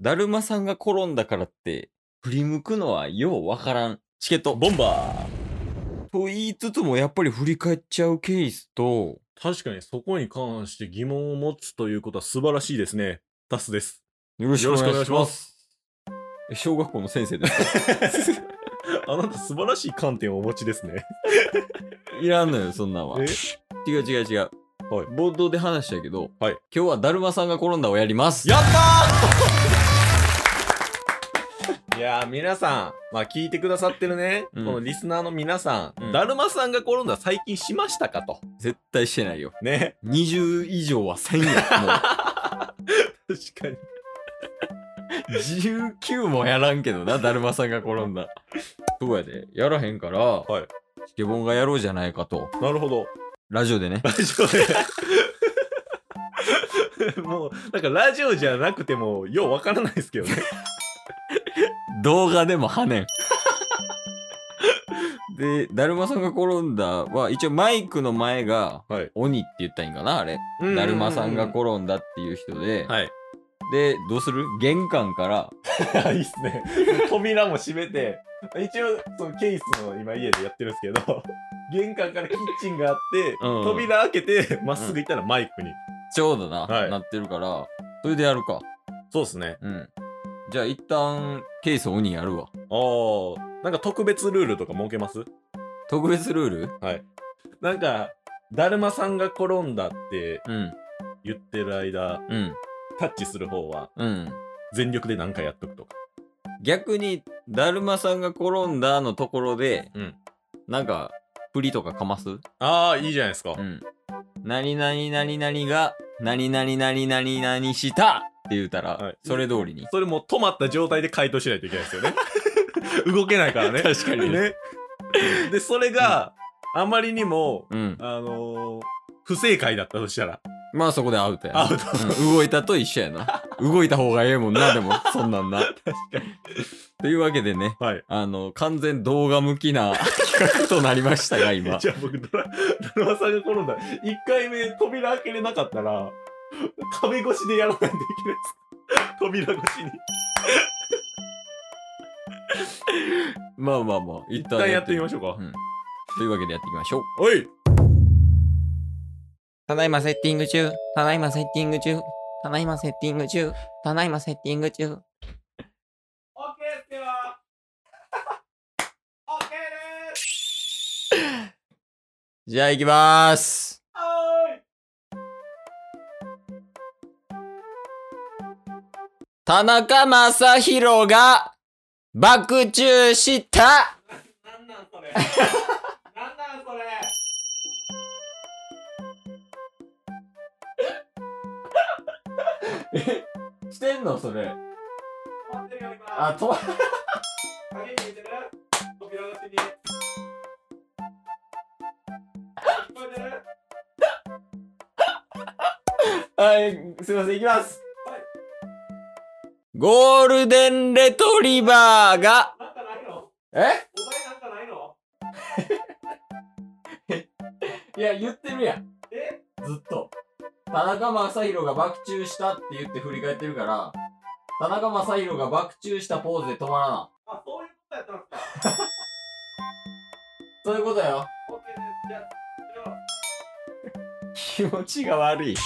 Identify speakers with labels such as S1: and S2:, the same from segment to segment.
S1: だるまさんが転んだからって、振り向くのはようわからん。チケット、ボンバーと言いつつもやっぱり振り返っちゃうケースと、
S2: 確かにそこに関して疑問を持つということは素晴らしいですね。タスです。
S1: よろしくお
S2: よ
S1: 願
S2: ろ
S1: い
S2: し
S1: し
S2: くお願
S1: ま。
S2: いします
S1: え小学校の先生ですか
S2: あなた素晴らしい観点をお持ちですね。
S1: いらんのよ、そんなんは。
S2: え
S1: 違う違う違う。
S2: はい
S1: 冒頭で話したけど、
S2: はい
S1: 今日はだるまさんが転んだをやります。
S2: やったー いやー皆さん、まあ、聞いてくださってるね、
S1: うん
S2: このリスナーの皆さん、
S1: うん
S2: だるまさんが転んだ最近しましたかと。
S1: 絶対してないよ。
S2: ね。
S1: 20以上は1000や。
S2: 確か
S1: もう19もやらんけどな、だるまさんが転んだ。そうやで、やらへんから、
S2: はい
S1: スケボンがやろうじゃないかと。
S2: に。なるほど。
S1: ラジオでね。
S2: ラジオで。 もう、なんかラジオじゃなくても、ようわからないですけどね。
S1: 動画でも跳 ねん。で、だるまさんが転んだは、一応マイクの前が、
S2: はい
S1: 鬼って言ったらいいんかな、あれ。だるまさんが転んだっていう人で、
S2: はい。
S1: で、どうする玄関から、
S2: いいっすね。扉も閉めて、一応、そのケースの今家でやってるんですけど、 玄関からキッチンがあって、
S1: うん
S2: 扉開けて、まっすぐ行ったらマイクに。
S1: ちょうどな、
S2: はい
S1: なってるから、それでやるか。
S2: そうですね。
S1: うん。じゃあ一旦、ケース鬼やるわ。
S2: ああ、なんか特別ルールとか設けます
S1: 特別ルール
S2: なんか、だるまさんが転んだって
S1: うん、
S2: 言ってる間、
S1: うん、
S2: タッチする方は
S1: うん。
S2: 全力で何回やっとくとか。
S1: 逆に、だるまさんが転んだのところで、
S2: うん
S1: なんか、振りとかかます
S2: ああ、いいじゃないですか。
S1: うん。何々何々が、何々何々々したって言うたら、
S2: はい
S1: それ通りに。
S2: それも止まった状態で回答しないといけない ですよね。動けないからね。
S1: 確かにね
S2: ね。で、それがあまりにも、
S1: うん。
S2: あのー不正解だったとしたら、
S1: まあそこでアウトやな。
S2: アウト
S1: うん動いたと一緒やな。動いた方がええもんな、でも、そん なんな。というわけでね、
S2: はい。
S1: あの、完全動画向きな 企画となりましたが、今。
S2: じゃあ僕、ドラ、ドラマさんが転んだ。1回目、扉開けれなかったら、壁越しでやらないといけないです。扉越しに。
S1: まあまあまあ、
S2: 一旦やってみましょう
S1: う
S2: か。
S1: んというわけでやっていきましょう。
S2: おい
S3: ただいまセッティング中。ただいまセッティング中。ただいまセッティング中。ただいまセッティング中。
S2: オッケーですよオッケーです
S1: じゃあ行きまーす。
S2: は
S1: 田中将大が爆中した
S2: ーいなんなんそれなんなんそれ
S1: してんのそれ。
S2: 止まってるよ今
S1: あ、と、
S2: 鍵見えてる扉越しに聞こえてる
S1: はい、すいません、行きます。ゴールデンレトリバーが、
S2: なんかないの
S1: え
S2: お前なんかないの
S1: いや、言ってるやん。
S2: え
S1: ずっと。田中将大が爆中したって言って振り返ってるから、田中将大が爆中したポーズで止まらな。
S2: あ、そういうことやったんですか
S1: そういうことよ。
S2: オッケーですじゃあ
S1: 気持ちが悪い。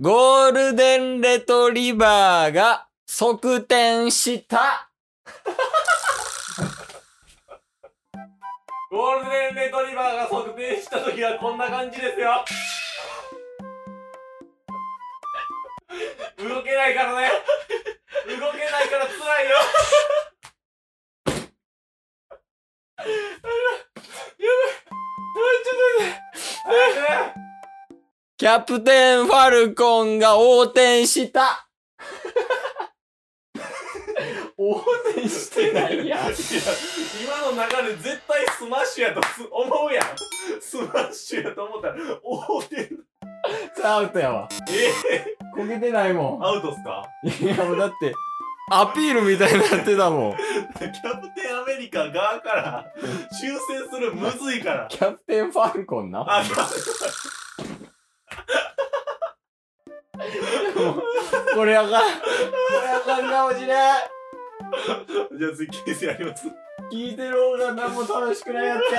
S1: ゴールデンレトリバーが側転した。
S2: ゴールデンレトリバーが測定した時はこんな感じですよ動けないからね動けないから辛いよ
S1: キャプテンファルコンが横転した。横転してないやん。
S2: 今の流れ絶対スマッシュやと思うやんスマッシュやと思ったらおおて
S1: アウトやわ。
S2: え
S1: こけてないも
S2: アウトっすか
S1: ん。いや、もうだって、アピールみたいになってたもん。
S2: キャプテンアメリカ側から修正するむずいから
S1: キャプテンファルコンな。
S2: あ、キャプテン
S1: もうこれあかん。これあかんかもしれん。
S2: じゃあ次、ケースやります。
S1: 聞いてる方が何も楽しくないやった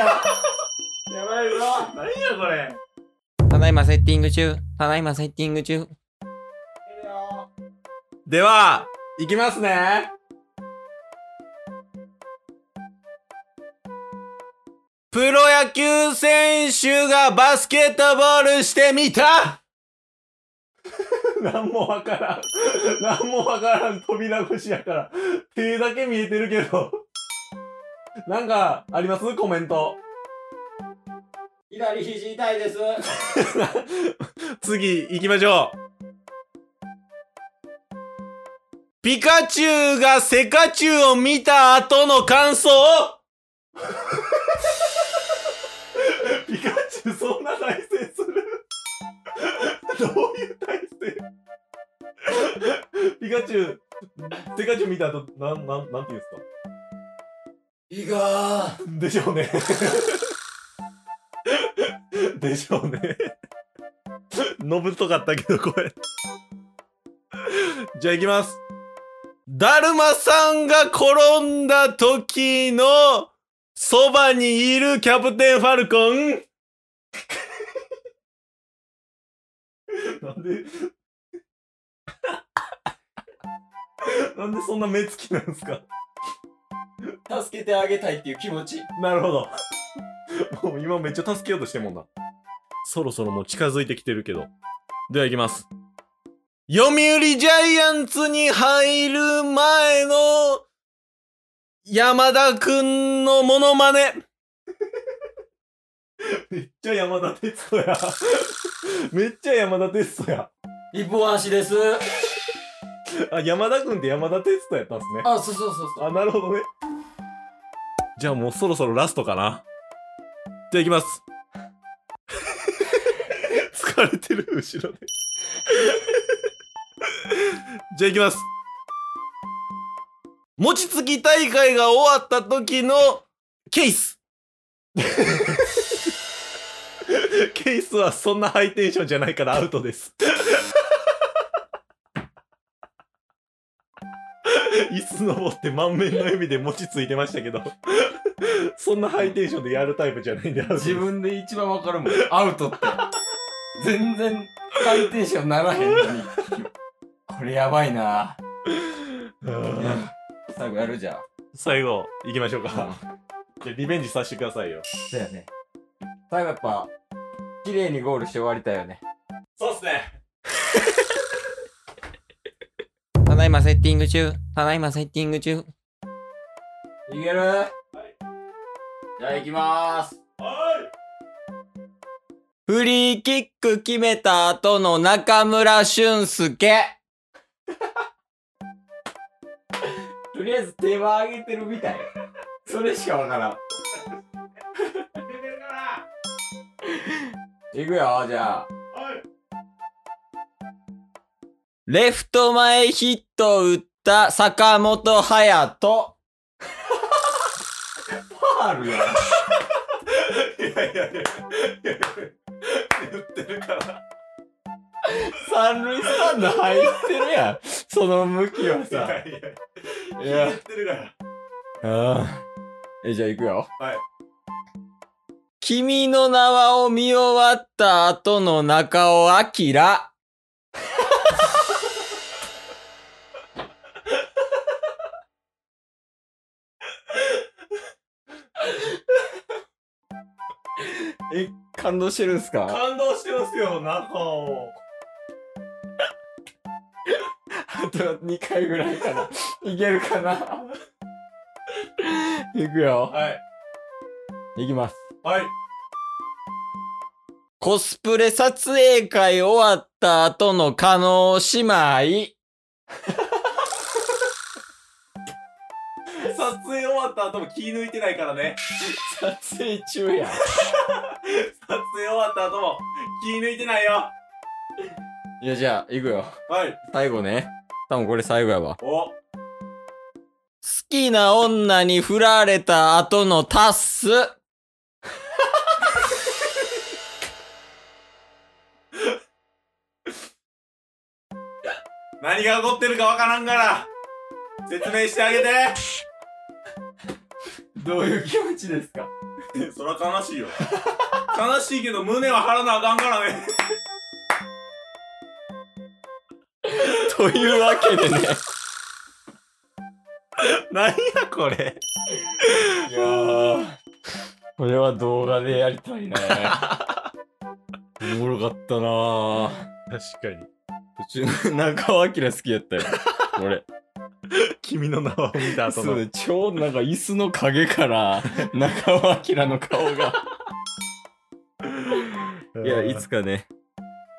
S1: やばいぞ。
S2: 何やこれ。
S3: ただいまセッティング中。ただいまセッティング中。
S1: では、いきますね。プロ野球選手がバスケットボールしてみた
S2: 何もわからん。何もわからん。扉越しやから。手だけ見えてるけど。なんか、ありますコメント。
S1: 左肘痛いです。
S2: 次、行きましょう。ピカチュウがセカチュウを見た後の感想 ピカチュウそんな対戦する どういう対戦 ピカチュウ、セカチュウ見た後、なん、なん、なんて言うんですか
S1: いが
S2: でしょうね。でしょうね。のぶとかったけど、これ。じゃあ、いきます。だるまさんが転んだ時のそばにいるキャプテンファルコン。なんで なんでそんな目つきなんですか
S1: ー助けてあげたいっていう気持ち。
S2: なるほど。もう今めっちゃ助けようとしてんもんな。そろそろもう近づいてきてるけど。では行きます。読売ジャイアンツに入る前の山田くんのモノマネ。 めっちゃ山田哲人や。めっちゃ山田哲人や。
S1: 一本足です。
S2: あ、山田くんって山田哲人やったんですね。
S1: あ、そうそうそうそう。
S2: あ、なるほどね。じゃあもうそろそろラストかな。じゃあ行きます。 疲れてる、後ろで。 じゃあ行きます。餅つき大会が終わった時のケース。 ケースはそんなハイテンションじゃないからアウトです。 椅子登って満面の笑みで餅ついてましたけどそんなハイテンションでやるタイプじゃないんであ る
S1: 自分で一番わかるもん。アウトって。全然、回転者ならへんのに。これやばいな。最後やるじゃん。
S2: 最後行きましょう
S1: うん
S2: か、じゃあリベンジさせてくださいよ
S1: だよね。最後やっぱ、綺麗にゴールして終わりたいよね。
S2: そうっすね
S3: ただいまセッティング中。ただいまセッティング中。
S1: いけるじゃあ行きまーす。
S2: は
S3: フリーキック決めた後の中村俊介。
S1: とりあえず手は上げてるみたい。それしか わからん。
S2: い出てるか
S1: 行くよ、じゃあ。
S2: らはい
S3: レフト前ヒット打った坂本隼人。
S1: パールや。
S2: いやいやいやいや言ってるから
S1: 三塁スタンド入ってるやん。その向きはい
S2: や
S1: さ。
S2: い
S1: い
S2: や
S1: や
S2: 言。ってるから
S1: あえ、じゃあ行くよ。
S2: はい
S3: 君の名はを見終わった後の中尾明。
S1: え、感動してるんすか
S2: 感動してますよ中を
S1: あと2回ぐらいかな。 いけるかな。いくよ。
S2: はい
S1: いきます。
S2: はい
S3: コスプレ撮影会終わった後の加納姉妹。
S2: 撮影終わった後も気抜いてないからね
S1: 撮影中やん。
S2: 撮影終わった後も気抜いてないよ
S1: いや、じゃあ、いくよ。
S2: はい
S1: 最後ね。多分これ最後やわ。
S2: お
S3: 好きな女に振られた後のタッス。
S2: 何が起こってるかわからんから説明してあげて
S1: どういう気持ちですか
S2: そら悲しいよ悲しいけど胸は張らなあかんから ね
S1: というわけでね。
S2: 何やこれ
S1: いやー、これは動画でやりたい ね。おもろかったなー。
S2: 確かに
S1: 途中、 中尾明好きやったよ。俺。
S2: 君の名は見た後
S1: そう
S2: の
S1: ね、ちょうどなんか椅子の影 から、中尾明の顔が。いや、いつかね、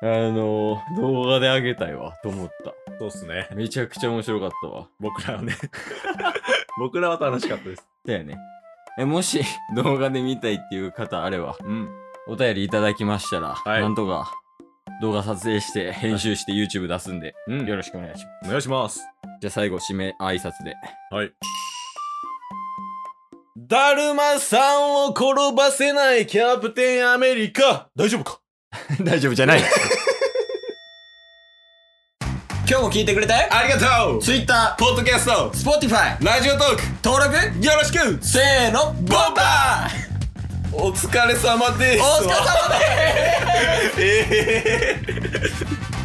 S1: あのー、動画であげたいわ、と思っ
S2: そうっすね
S1: た。めちゃくちゃ面白かったわ。
S2: 僕らはね僕らは楽しかったです
S1: だよね。え、もし、動画で見たいっていう方あれば、
S2: うん
S1: お便りいただきましたら、
S2: はい
S1: なんとか動画撮影して編集して YouTube 出すんで、よろしくお願いします。
S2: お願いします
S1: じゃあ最後、締め挨拶で。
S2: はい。だるまさんを転ばせないキャプテンアメリカ大丈夫か
S1: 大丈夫じゃない
S3: 今日も聞いてくれたよ
S2: ありがとう
S3: Twitter、
S2: ポッドキャスト
S3: Spotify、
S2: ラジオトーク
S3: 登録、
S2: よろしく
S3: せーの、
S2: ボンバーお疲れ様です
S3: お疲れ様です
S2: ええ